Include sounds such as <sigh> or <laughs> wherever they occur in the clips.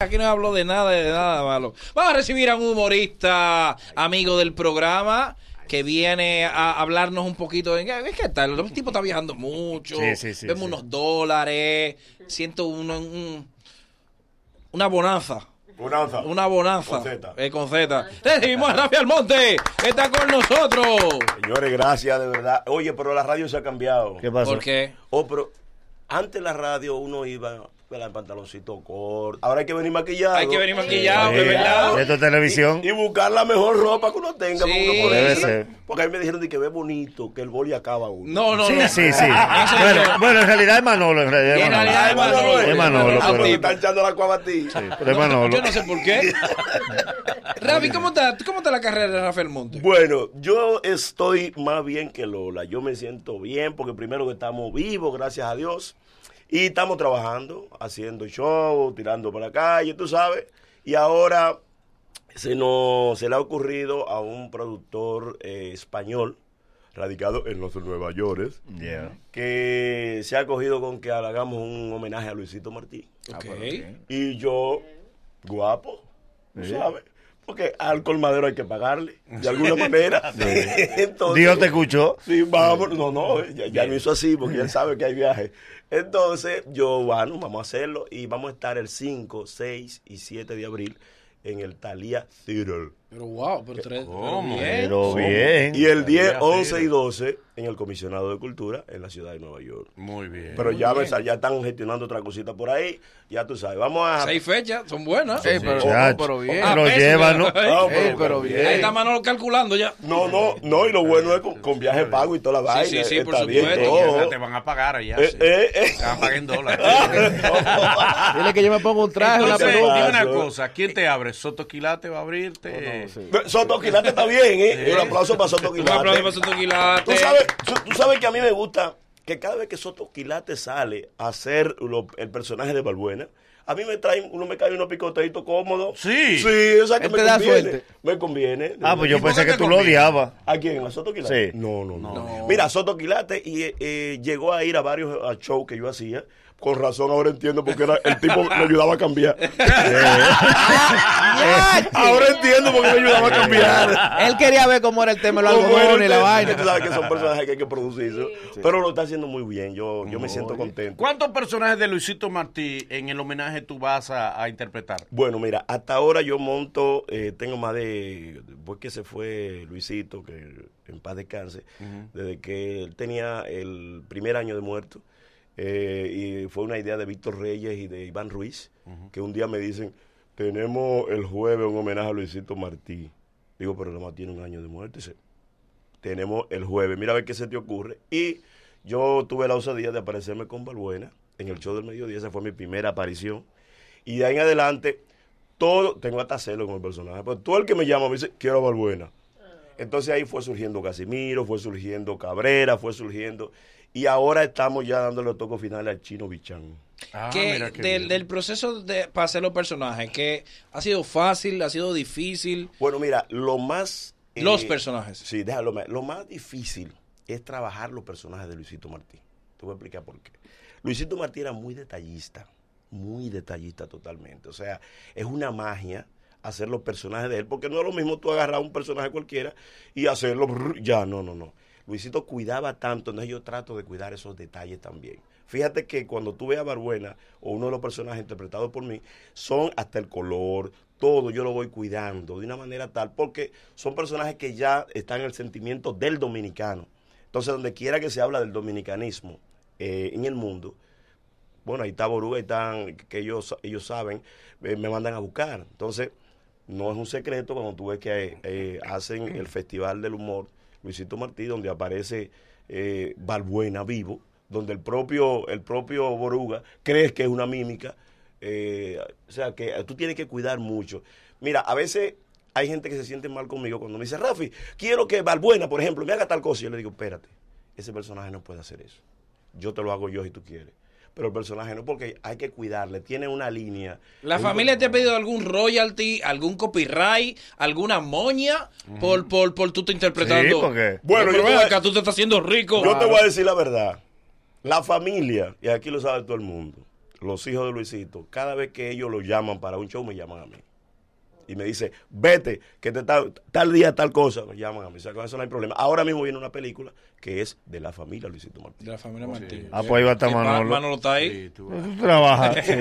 Aquí no hablo de nada, de nada malo. Vamos a recibir a un humorista, amigo del programa, que viene a hablarnos un poquito. De, es que tal, el tipo está viajando mucho. Sí, sí, sí, vemos sí. unos dólares. Siento un- un- una bonanza. Una onza. Una bonanza. Con Z. Eh, con Z. Recibimos a Rafi Almonte. Está con nosotros. Señores, gracias, de verdad. Oye, pero la radio se ha cambiado. ¿Qué pasó? ¿Por qué? Oh, pero antes la radio uno iba ¿verdad? en pantaloncito corto. Ahora hay que venir maquillado. Hay que venir maquillado, Sí, de verdad. Esto es Eh, televisión. Y, y buscar la mejor ropa que uno tenga. Sí. para uno ponerse. Debe ser. Porque a mí me dijeron de que ve bonito, que el boli acaba uno. No, no, sí, no. <laughs> sí, Eso sí. es Bueno, yo. bueno, en realidad es Manolo. En realidad Y es en Manolo. realidad es Manolo. Es Manolo, Ah, pero- pero te está echando la cuava a ti. Pero es Manolo. Yo no sé por <laughs> qué. Rafi, ¿cómo está, ¿cómo está la carrera de Rafael Monte? Bueno, yo estoy más bien que Lola. Yo me siento bien porque primero que estamos vivos, gracias a Dios. Y estamos trabajando, haciendo show, tirando para la calle, tú sabes. Y ahora se nos se le ha ocurrido a un productor eh, español radicado en los Nueva York Yeah. que se ha cogido con que hagamos un homenaje a Luisito Martí. Ok. Y yo, guapo, ¿tú ¿sabes? Porque al colmadero hay que pagarle, de alguna <laughs> manera. Entonces, Dios te escuchó. Sí, vamos. No, no, eh, ya, ya lo hizo así porque él sabe que hay viaje. Entonces, yo, bueno, vamos a hacerlo y vamos a estar el 5, 6 y 7 de abril en el Thalía Theater. Pero wow, pero tres. Pero ¿Cómo? bien. Pero Oh, bien. Y el 10, Thalía 11 y Theater. 12 en el Comisionado de Cultura en la ciudad de Nueva York. Muy bien. Pero ya, ves, ya están gestionando otra cosita por ahí. Ya tú sabes, vamos a... Seis fechas, son buenas. Ey, pero, Chacho. no, pero bien. Ah, Lo peso, lleva, ya. ¿no? Ah, Ahí Ey, pero bien. está Manolo calculando ya. No, no, no, y lo bueno es con, con viaje pago y toda la vaina. Sí, sí, sí, por está bien supuesto. todo. Te van a pagar allá. Oh. Eh, sí. eh, eh. Te van a pagar <laughs> en dólares. Dile que yo me pongo un traje, una Entonces, peluca. dime una Paso. cosa. ¿Quién te abre? ¿Soto Quilate va a abrirte? eh. <laughs> Soto Quilate está bien, ¿eh? Un aplauso para Soto Un aplauso para Quilate. su toquilate. Tú sabes, tú- tú sabes que a mí me gusta que cada vez que Soto Quilate sale a hacer lo- el personaje de Balbuena, a mí me traen, uno me cae unos picoteitos cómodos. Sí. Sí, o sea que Él me te da conviene. suerte. Me conviene. Ah, pues ¿Y yo por pensé qué que te tú lo conviene? odiabas. ¿A quién? ¿A Soto Quilate? Sí. No, no, no. Mira, Soto Quilate y, eh, eh, llegó a ir a varios a shows que yo hacía. Con razón, ahora entiendo porque era, el tipo me ayudaba a <laughs> cambiar. Ah, ahora entiendo porque me ayudaba a cambiar. <laughs> Él quería ver cómo era el tema de los Como algodones y era la el- vaina. Tú sabes que son personajes que hay que producir. ¿no? Pero lo está haciendo muy bien. Yo, yo me siento contento. ¿Cuántos personajes de Luisito Martí en el homenaje tú vas a, a interpretar? Bueno, mira, hasta ahora yo monto, eh, tengo más de, después que se fue Luisito, que en paz descanse, desde que él tenía el primer año de muerto, eh, y fue una idea de Víctor Reyes y de Iván Ruiz, que un día me dicen, tenemos el jueves un homenaje a Luisito Martí. Digo, pero nomás tiene un año de muerte. Dice, tenemos el jueves, mira a ver qué se te ocurre. Y yo tuve la osadía de aparecerme con Balbuena en el show del mediodía, esa fue mi primera aparición. Y de ahí en adelante, todo, tengo hasta celo con el personaje, pero todo el que me llama me dice, quiero a Balbuena. Entonces ahí fue surgiendo Casimiro, fue surgiendo Cabrera, fue surgiendo. Y ahora estamos ya dándole el toco final al Chino Bichán. Ah, que mira qué del, bien. del proceso de, para hacer los personajes, que ha sido fácil, ha sido difícil. Bueno, mira, lo más... eh, Los personajes. Sí, déjalo. ma- Lo más difícil es trabajar los personajes de Luisito Martí. Te voy a explicar por qué. Luisito Martí era muy detallista, muy detallista totalmente. O sea, es una magia hacer los personajes de él, porque no es lo mismo tú agarrar un personaje cualquiera y hacerlo brr, ya, no, no, no. Luisito cuidaba tanto, entonces yo trato de cuidar esos detalles también. Fíjate que cuando tú ves a Barbuena o uno de los personajes interpretados por mí, son hasta el color, todo yo lo voy cuidando de una manera tal, porque son personajes que ya están en el sentimiento del dominicano. Entonces, donde quiera que se habla del dominicanismo eh, en el mundo, bueno, ahí está Boruga, ahí están, que ellos, ellos saben, eh, me mandan a buscar. Entonces, no es un secreto cuando tú ves que eh, hacen el Festival del Humor Luisito Martí, donde aparece eh, Balbuena vivo, donde el propio, el propio Boruga crees que es una mímica. eh, o sea, que tú tienes que cuidar mucho. Mira, a veces hay gente que se siente mal conmigo cuando me dice, Rafi, quiero que Balbuena, por ejemplo, me haga tal cosa. Y yo le digo, espérate, ese personaje no puede hacer eso yo te lo hago yo si tú quieres. Pero el personaje no, porque hay que cuidarle, tiene una línea. ¿La Un- familia te ha pedido algún royalty, algún copyright, alguna moña por, por, por tú te interpretando? Sí, porque- Bueno, Pero yo ven voy a- acá tú te estás haciendo rico. Yo te voy a decir la verdad. La familia, y aquí lo sabe todo el mundo, los hijos de Luisito, cada vez que ellos lo llaman para un show, me llaman a mí. Y me dice, vete, que te ta- tal día, tal cosa. Me llaman a mí. O sea, con eso no hay problema. Ahora mismo viene una película que es de la familia Luisito Martínez. De la familia Martínez. Ah, pues ahí va a estar Sí, pa- Manolo. Manolo está ahí. Sí, tú- Tú trabajas. sí.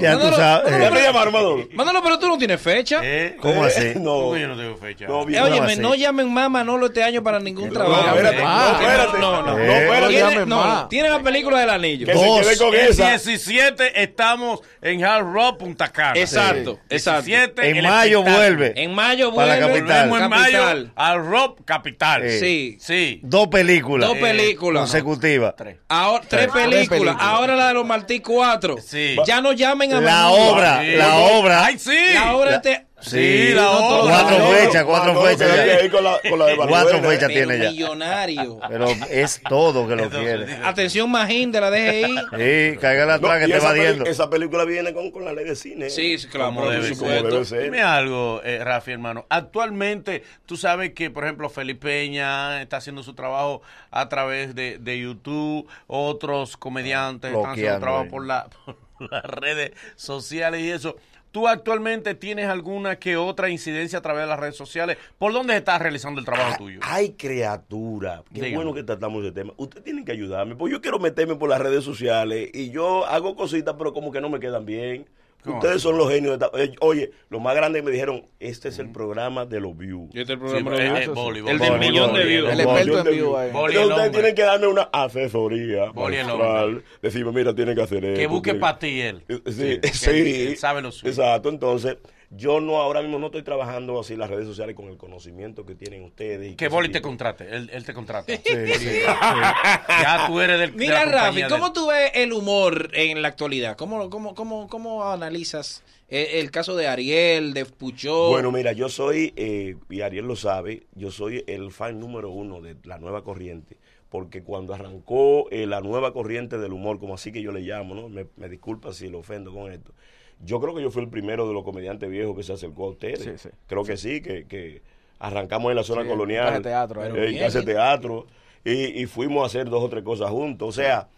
Ya tú Manolo, sabes. Manolo, eh, ¿Me llamaron, Manolo? Manolo, pero tú no tienes fecha. ¿Eh? ¿Cómo así? ¿Cómo No. que yo no tengo fecha? No, Eh, bien. óyeme, ¿Cómo así? no llamen más a Manolo este año para ningún No, trabajo. espérate, no, Ah, espérate. No, no, no, Eh. espérate. Oye, Tiene- llamen no, más. tiene la película del anillo. Que se quede con El esa. 17 estamos en Hard Rock Punta Cana. Exacto, exacto. 17 En el mayo espectáculo. vuelve. En mayo Para la vuelve capital. Volvemos en mayo Capital. al Rock Capital. Eh. Sí. Sí. Dos películas. Dos películas. consecutivas. Tres. Ahora, tres películas. películas. Ahora la de los Martí, cuatro. Sí. Ya no llamen a La Manolo. obra, Sí. la obra. ¡Ay, sí! La obra este- Sí, la no obra. todos Cuatro llamen. fechas, cuatro Manolo, fechas que ya. hay que ir con la- con la de Cuatro Valverde. fechas Pero tiene ya. millonario. Pero es todo que lo Entonces, quiere. dice- Atención, Magín de la DGI. Sí, cáigala No, atrás y que te esa va peli- diendo. Esa película viene con, con la ley de cine. Sí, sí, claro, Como por debe ser. supuesto. Como debe ser. Dime algo, eh, Rafi, hermano. Actualmente, tú sabes que, por ejemplo, Felipe Peña está haciendo su trabajo a través de, de YouTube, otros comediantes están haciendo Bloqueando, su trabajo eh. por, la- <laughs> por las redes sociales y eso. ¿Tú actualmente tienes alguna que otra incidencia a través de las redes sociales? ¿Por dónde estás realizando el trabajo tuyo? Ah, Ay, criatura. Qué Dígame. bueno que tratamos ese tema. Ustedes tienen que ayudarme, porque yo quiero meterme por las redes sociales y yo hago cositas, pero como que no me quedan bien. ¿Cómo? Ustedes son los genios. de esta- eh, Oye, los más grandes me dijeron, este Mm. es el programa de los views. Yo el Sí, eh, eh, boli, boli, El del boli, millón boli, de views. El boli. experto en Boli, vivo ahí. Boli Entonces el ustedes hombre. tienen que darme una asesoría Boli el magistral. Decirme, mira, tienen que hacer esto. Que busque tienen- para ti él. Eh, Sí, Sí, que sí. él- él sabe lo suyo. Exacto, entonces yo no ahora mismo no estoy trabajando así las redes sociales con el conocimiento que tienen ustedes. y Que ese Boli te tipo- contrate, él, él te contrata. Sí, <laughs> sí. Ya tú eres del de Mira, la compañía Rafi, de ¿cómo él. tú ves el humor en la actualidad? ¿Cómo, cómo, cómo, cómo analizas eh, el, el caso de Ariel, de Puchó? Bueno, mira, yo soy, eh, y Ariel lo sabe, yo soy el fan número uno de la nueva corriente, porque cuando arrancó eh, la nueva corriente del humor, como así que yo le llamo, ¿no? Me, me disculpa si lo ofendo con esto. Yo creo que yo fui el primero de los comediantes viejos que se acercó a ustedes. Sí, sí. Creo que sí, que, que arrancamos en la zona Sí, colonial. en Casa Teatro, eh, pero en bien. Casa Teatro. Y, y fuimos a hacer dos o tres cosas juntos. O sea,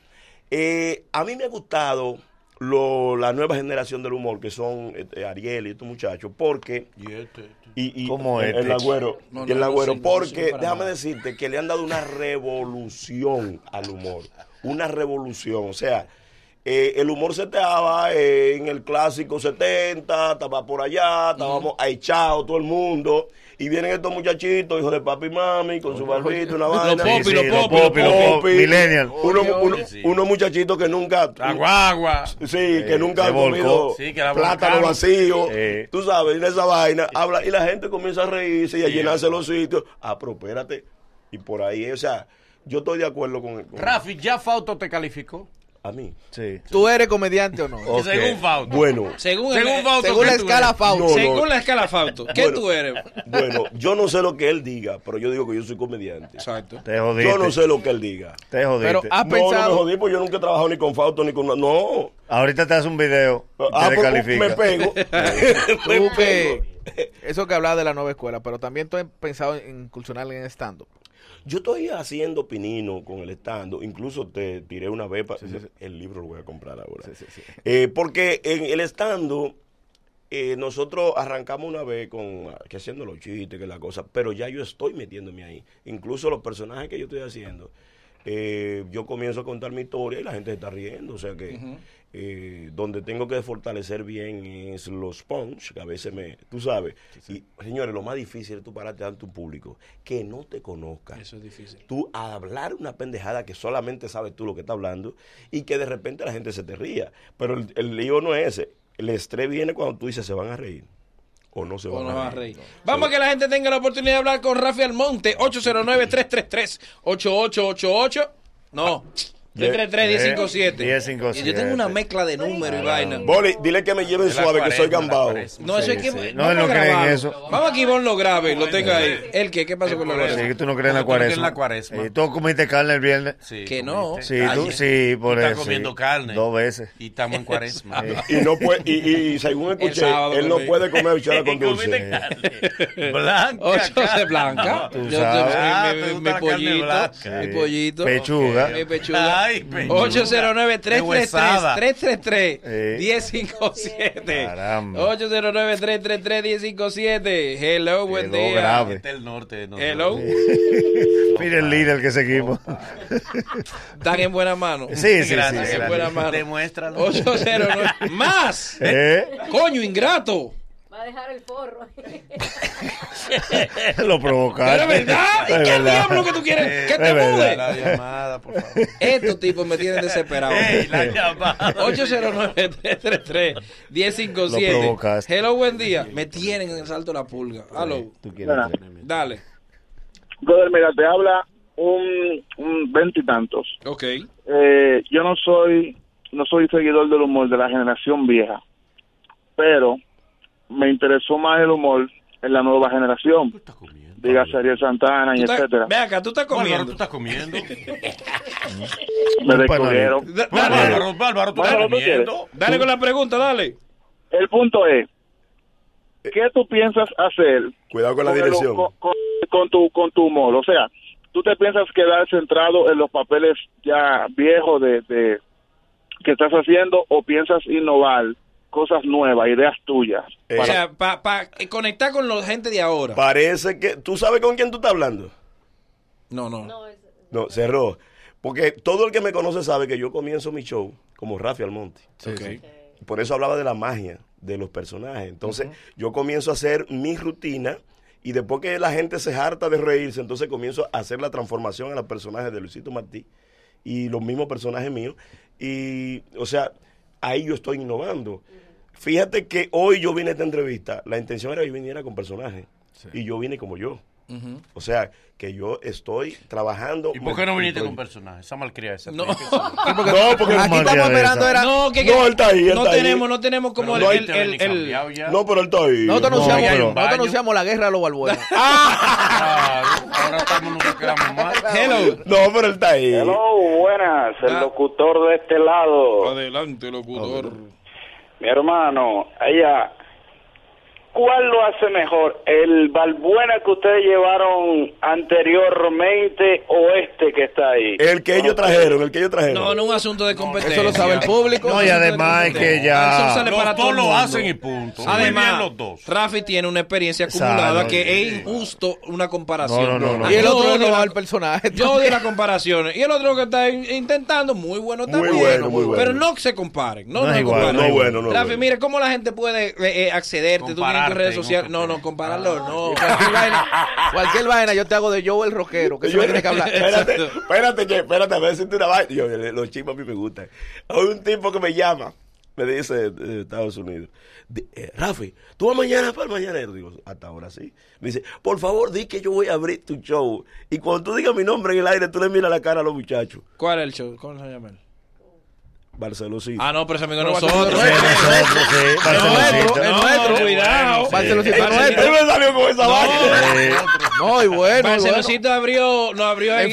eh, a mí me ha gustado lo- la nueva generación del humor, que son eh, Ariel y estos muchachos, porque Y este, este. y, y Como el, este. el agüero. No, y el no, no agüero. sirve, no porque sirve para déjame nada. decirte que le han dado una revolución al humor. Una revolución. O sea, eh, el humor se estaba eh, en el clásico 70, estaba por allá, estábamos aichados todo el mundo. Y vienen estos muchachitos, hijos de papi y mami, con su barbita, una vaina. popi, Sí, los sí, los popi, los popi, los popi. popi, millennial. Unos uno- Oye, sí. unos muchachitos que nunca... Aguagua. Sí, que nunca Eh, se han comido volcó. Sí, que la plátano volcaron. vacío. Eh. Tú sabes, en esa vaina. Habla, y la gente comienza a reírse y a llenarse los sitios. Ah, pero espérate. Y por ahí, o sea, yo estoy de acuerdo con. con- Rafi, ¿ya Fauto te calificó? A mí. Sí. ¿Tú eres comediante o no? Ok. Según Fauto. Bueno, según, el- Según Fauto. Según ¿qué la tú escala eres? Fausto. Oh, No, según no. la escala Fausto, ¿qué Bueno. tú eres? bueno, yo no sé lo que él diga, pero yo digo que yo soy comediante. Exacto. Te jodiste. Yo no sé lo que él diga. Te jodiste. Pero has No, no me pensado. jodí, porque yo nunca he trabajado ni con Fausto ni con. No. Ahorita te hace un video. y Ah, te pues, descalifica. <laughs> me pego. <laughs> tú me pego. que- Eso que hablaba de la nueva escuela, pero también tú has pensado en incursionar en stand-up. Yo estoy haciendo pinino con el estando. Incluso te tiré una vez. pa- El libro lo voy a comprar ahora. Eh, porque en el estando, eh, nosotros arrancamos una vez con ah, que haciendo los chistes, que la cosa, pero ya yo estoy metiéndome ahí. Incluso los personajes que yo estoy haciendo, eh, yo comienzo a contar mi historia y la gente se está riendo. O sea que eh, donde tengo que fortalecer bien es los punch, que a veces me, tú sabes. Y señores, lo más difícil es tú pararte ante un público que no te conozca Eso es difícil. tú a hablar una pendejada que solamente sabes tú lo que estás hablando y que de repente la gente se te ría. Pero el, el lío no es ese. El estrés viene cuando tú dices se van a reír o no se O van nos a, va a reír. reír. Vamos a que la gente tenga la oportunidad de hablar con Rafi Almonte, 809-333-8888. No, 333-1057. 1057. Yo tengo una mezcla de números y vaina. Boli, dile que me lleven De la suave, que soy cuaresma, gambado. la cuaresma. No, eso es que. No, vamos él no a cree en grabarlo. eso. Vamos a que Ivonne lo grabe, lo tenga ahí. ¿El qué? ¿Qué pasó con la Por eso. Sí, grabación? que tú no crees en la Porque tú cuaresma. no crees en la cuaresma. Y tú comiste carne el viernes. Sí, Que no. Sí, comiste. Calle. tú, sí, por Tú eso. estás comiendo sí. carne. Dos veces. Y estamos en <laughs> cuaresma. Y, no puede, y, y según escuché, sábado él no comí. puede comer <laughs> bichuela con Y comiste <laughs> dulce. carne. Blanca. Ocho de carne. blanca. Tú Yo- yo- sabes. mi- Ah, mi- mi- te gusta mi la carne pollito. eh. blanca. Mi pollito. Pechuga. Mi pechuga. Ay, pechuga. Eh, 809-333-333-1057. Caramba. 809-333-1057. Hello, buen Quedó día. grave. Este es el norte. no sé. Hello. Mira el líder que <laughs> seguimos. <laughs> Están en buenas manos. Sí, sí, sí. Gracias, gracias. en buenas manos. Demuéstralo. 809. ¡Más! ¿Eh? ¡Coño, ingrato! Va a dejar el forro. Lo provocaste. Pero es verdad, ¿y Es qué verdad. diablo que tú quieres? ¿Que Es te verdad. mude? Eh, La llamada, por <laughs> favor. Estos tipos me tienen desesperado. Ey, la llamada. 809-333-1057. Lo provocaste. Hello, buen día. Me tienen en el salto de la pulga. Hello. Tú quieres Bueno. ser. Dale. Brother, mira, te habla un un veintitantos. Ok. Eh, yo no soy no soy seguidor del humor de la generación vieja, pero me interesó más el humor en la nueva generación. estás comiendo? Dígase Ariel Santana y Tú estás- etcétera. Ve acá, tú estás Álvaro, tú comiendo. estás <laughs> comiendo. Me Un descubrieron. Da- Dale, Álvaro, Álvaro, tú Bueno, estás lo que eh, comiendo. dale con la pregunta, dale. El punto es, ¿qué tú piensas hacer Cuidado con la el- dirección. con- con- con tu, con tu humor. O sea, tú te piensas quedar centrado en los papeles ya viejos de, de- que estás haciendo o piensas innovar cosas nuevas, ideas tuyas. Eh, O sea, para conectar con la gente de ahora. parece que. ¿Tú sabes con quién tú estás hablando? No, no. <laughs> No, es- No, cerró. Porque todo el que me conoce sabe que yo comienzo mi show como Rafi Almonte. Ok. Por eso hablaba de la magia de los personajes. Entonces, yo comienzo a hacer mi rutina y después que la gente se harta de reírse, entonces comienzo a hacer la transformación a los personajes de Luisito Martí y los mismos personajes míos. Y, o sea, ahí yo estoy innovando. Fíjate que hoy yo vine a esta entrevista. La intención era que yo viniera con personajes. Y yo vine como yo. O sea, que yo estoy trabajando. ¿Y por qué no Me- viniste me- con personajes? Esa malcriada esa. No. No, porque Aquí Omar estamos quiere esperando esa. era- No, que, No, él está ahí, él no está ahí. tenemos, no tenemos como Pero no el, hay el- el- el- cambiado ya. No, pero él está ahí. Nosotros No, anunciamos, pero- nosotros anunciamos la guerra a los Balbuena. Claro, ahora estamos nosotros que éramos más. Hello. No, pero él está ahí. Hello, buenas, el Ah. locutor de este lado, Adelante, locutor. mi hermano, allá, ¿cuál lo hace mejor? ¿El Balbuena que ustedes llevaron anteriormente o este que está ahí? El que ellos trajeron, el que ellos trajeron. No, no es un asunto de competencia. Eso lo sabe el público. No, y además es que ya- Eso sale para Los todo dos el lo mundo. hacen y punto. Muy bien Además, los dos. Rafi tiene una experiencia acumulada Exacto. que es injusto una comparación. No, no, no, no. Y el Yo otro odio no la- el personaje. Yo odio las comparaciones. Y el otro que está in- intentando, muy bueno Muy también. bueno, muy bueno. Pero no se comparen. No, No no es se igual, comparen. no es bueno, no es Rafi, bueno. mira, ¿cómo la gente puede eh, eh, accederte? Tú tienes tus Compararte, redes sociales. no No, no, compararlo, no. Cualquier vaina, <laughs> cualquier vaina yo te hago de Joe el rockero, que eso Yo- me tiene <laughs> que hablar. Espérate, espérate, che, espérate, a ver si tú una vaina. Yo, los chismes a mí me gustan. Hay un tipo que me llama, me dice de Estados Unidos, di- eh, Rafi, tú vas mañana para el mañanero. Digo, hasta ahora sí. Me dice, por favor, di que yo voy a abrir tu show. Y cuando tú digas mi nombre en el aire, tú le miras la cara a los muchachos. ¿Cuál es el show? ¿Cómo se llama? él? Barceló sí. <laughs> Ah, no, pero ese amigo de Pero nosotros. Barcelona- Sí, nosotros, sí. Barceloneta. es No, nuestro. cuidado. Barceloneta Sí. es Él nuestro. me salió con esa vaina. Eh, No, y bueno. y bueno. Barcelosito abrió, no abrió En ahí-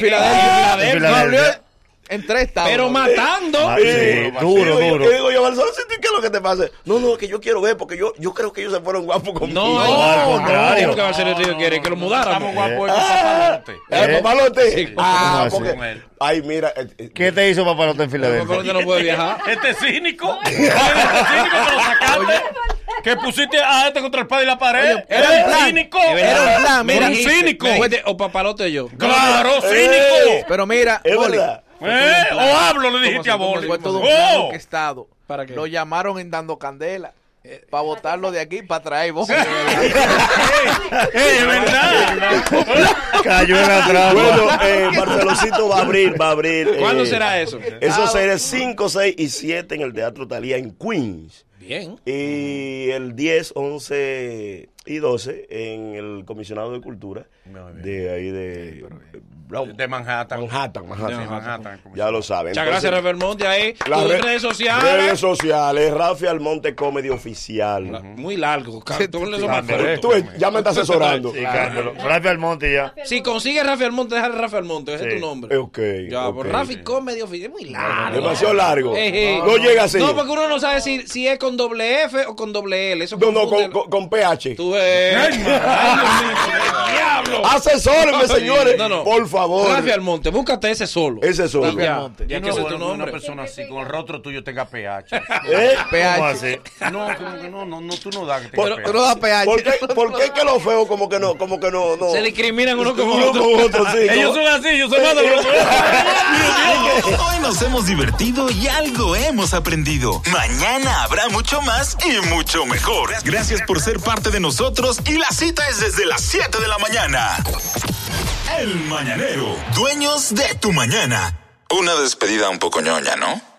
en Filadelfia. En No, Filadelfia. abrió en tres estados. Pero matando. Ah, sí, duro, Digo yo- duro. yo digo yo, Barceló sí, ¿qué es lo que te pasa? No, no, que yo quiero ver, porque yo, yo creo que ellos se fueron guapos conmigo. No, No, al contrario. ¿Cómo que Barceloneta quiere que lo Estamos mudáramos? Eh. guapos. Ah, papalote. eh, papalote. Sí, ah, ¿cómo así? porque, ay, mira. eh, eh, ¿Qué te hizo papalote en Filadelfia? Barceloneta no puede viajar. Este cínico, este cínico que lo sacaste, que pusiste a este contra el padre y la pared. Oye, era el plan. cínico. Era un plan, Me mira. dijiste, cínico. me dijiste, Pues O papalote o yo. Claro, Eh. cínico. Pero mira, Es Boli, verdad. Eh, O hablo, le dijiste a como Boli. fue todo un plan ¡Oh! orquestado. ¿Para qué? Lo llamaron en Dando Candela. para botarlo de aquí para traer vos. ¡Ey, es verdad! Cayó en la trampa. Bueno, eh, Barcelocito va a abrir, va a abrir. eh, Ah, <laughs> ¿Cuándo será eso? Ah, Eso será 5, 6 y 7 en el Teatro Talía en Queens. Bien. Y el 10, 11 y 12 en el Comisionado de Cultura de ahí de Brown- De Manhattan. Manhattan. De Manhattan. Manhattan. Ya lo saben. Muchas gracias, Entonces, Rafael Monte. Ahí, las tus re- redes sociales. Redes sociales, Rafi Almonte Comedy Oficial. La- Muy largo. ca- Sí, ponle sí, eso más Pero corto. tú ya me estás asesorando. Sí, Carlos. Rafi Almonte ya. Si consigues Rafael Monte, dejar Rafael Monte. Ese es Sí. tu nombre. Eh, ok, Ya, ok. por Rafi Comedy Office. Es muy largo. Demasiado largo. Eh, eh. No llega así. No, porque uno no sabe si, si es con doble F o con doble L. Eso No, no, confunde- con, con- con PH. Tú ves. Ay, madre. ¡Diablo! diablo. Ah, Asesórenme, Sí, señores. <laughs> no, no. Por favor. Rafi Almonte, búscate ese solo. Ese solo. Y Ya, Almonte. ya que Yo ese no es puedo tu con una nombre. persona así, con el rostro tuyo tenga pH. ¿Eh? ¿Cómo PH. así? No, como que no, no, no, tú no das que tenga Por- Tú pH. no das PH. ¿Por qué, por qué que los feos como que no, como que no, no? Se discriminan uno con Uno otro. con otro, <laughs> sí, Ellos como- son así, ellos son malos. Hoy nos hemos divertido y algo hemos aprendido. Mañana habrá mucho más y mucho mejor. Gracias por ser parte de nosotros y la cita es desde las 7 de la mañana. El Mañanero, dueños de tu mañana. Una despedida un poco ñoña, ¿no?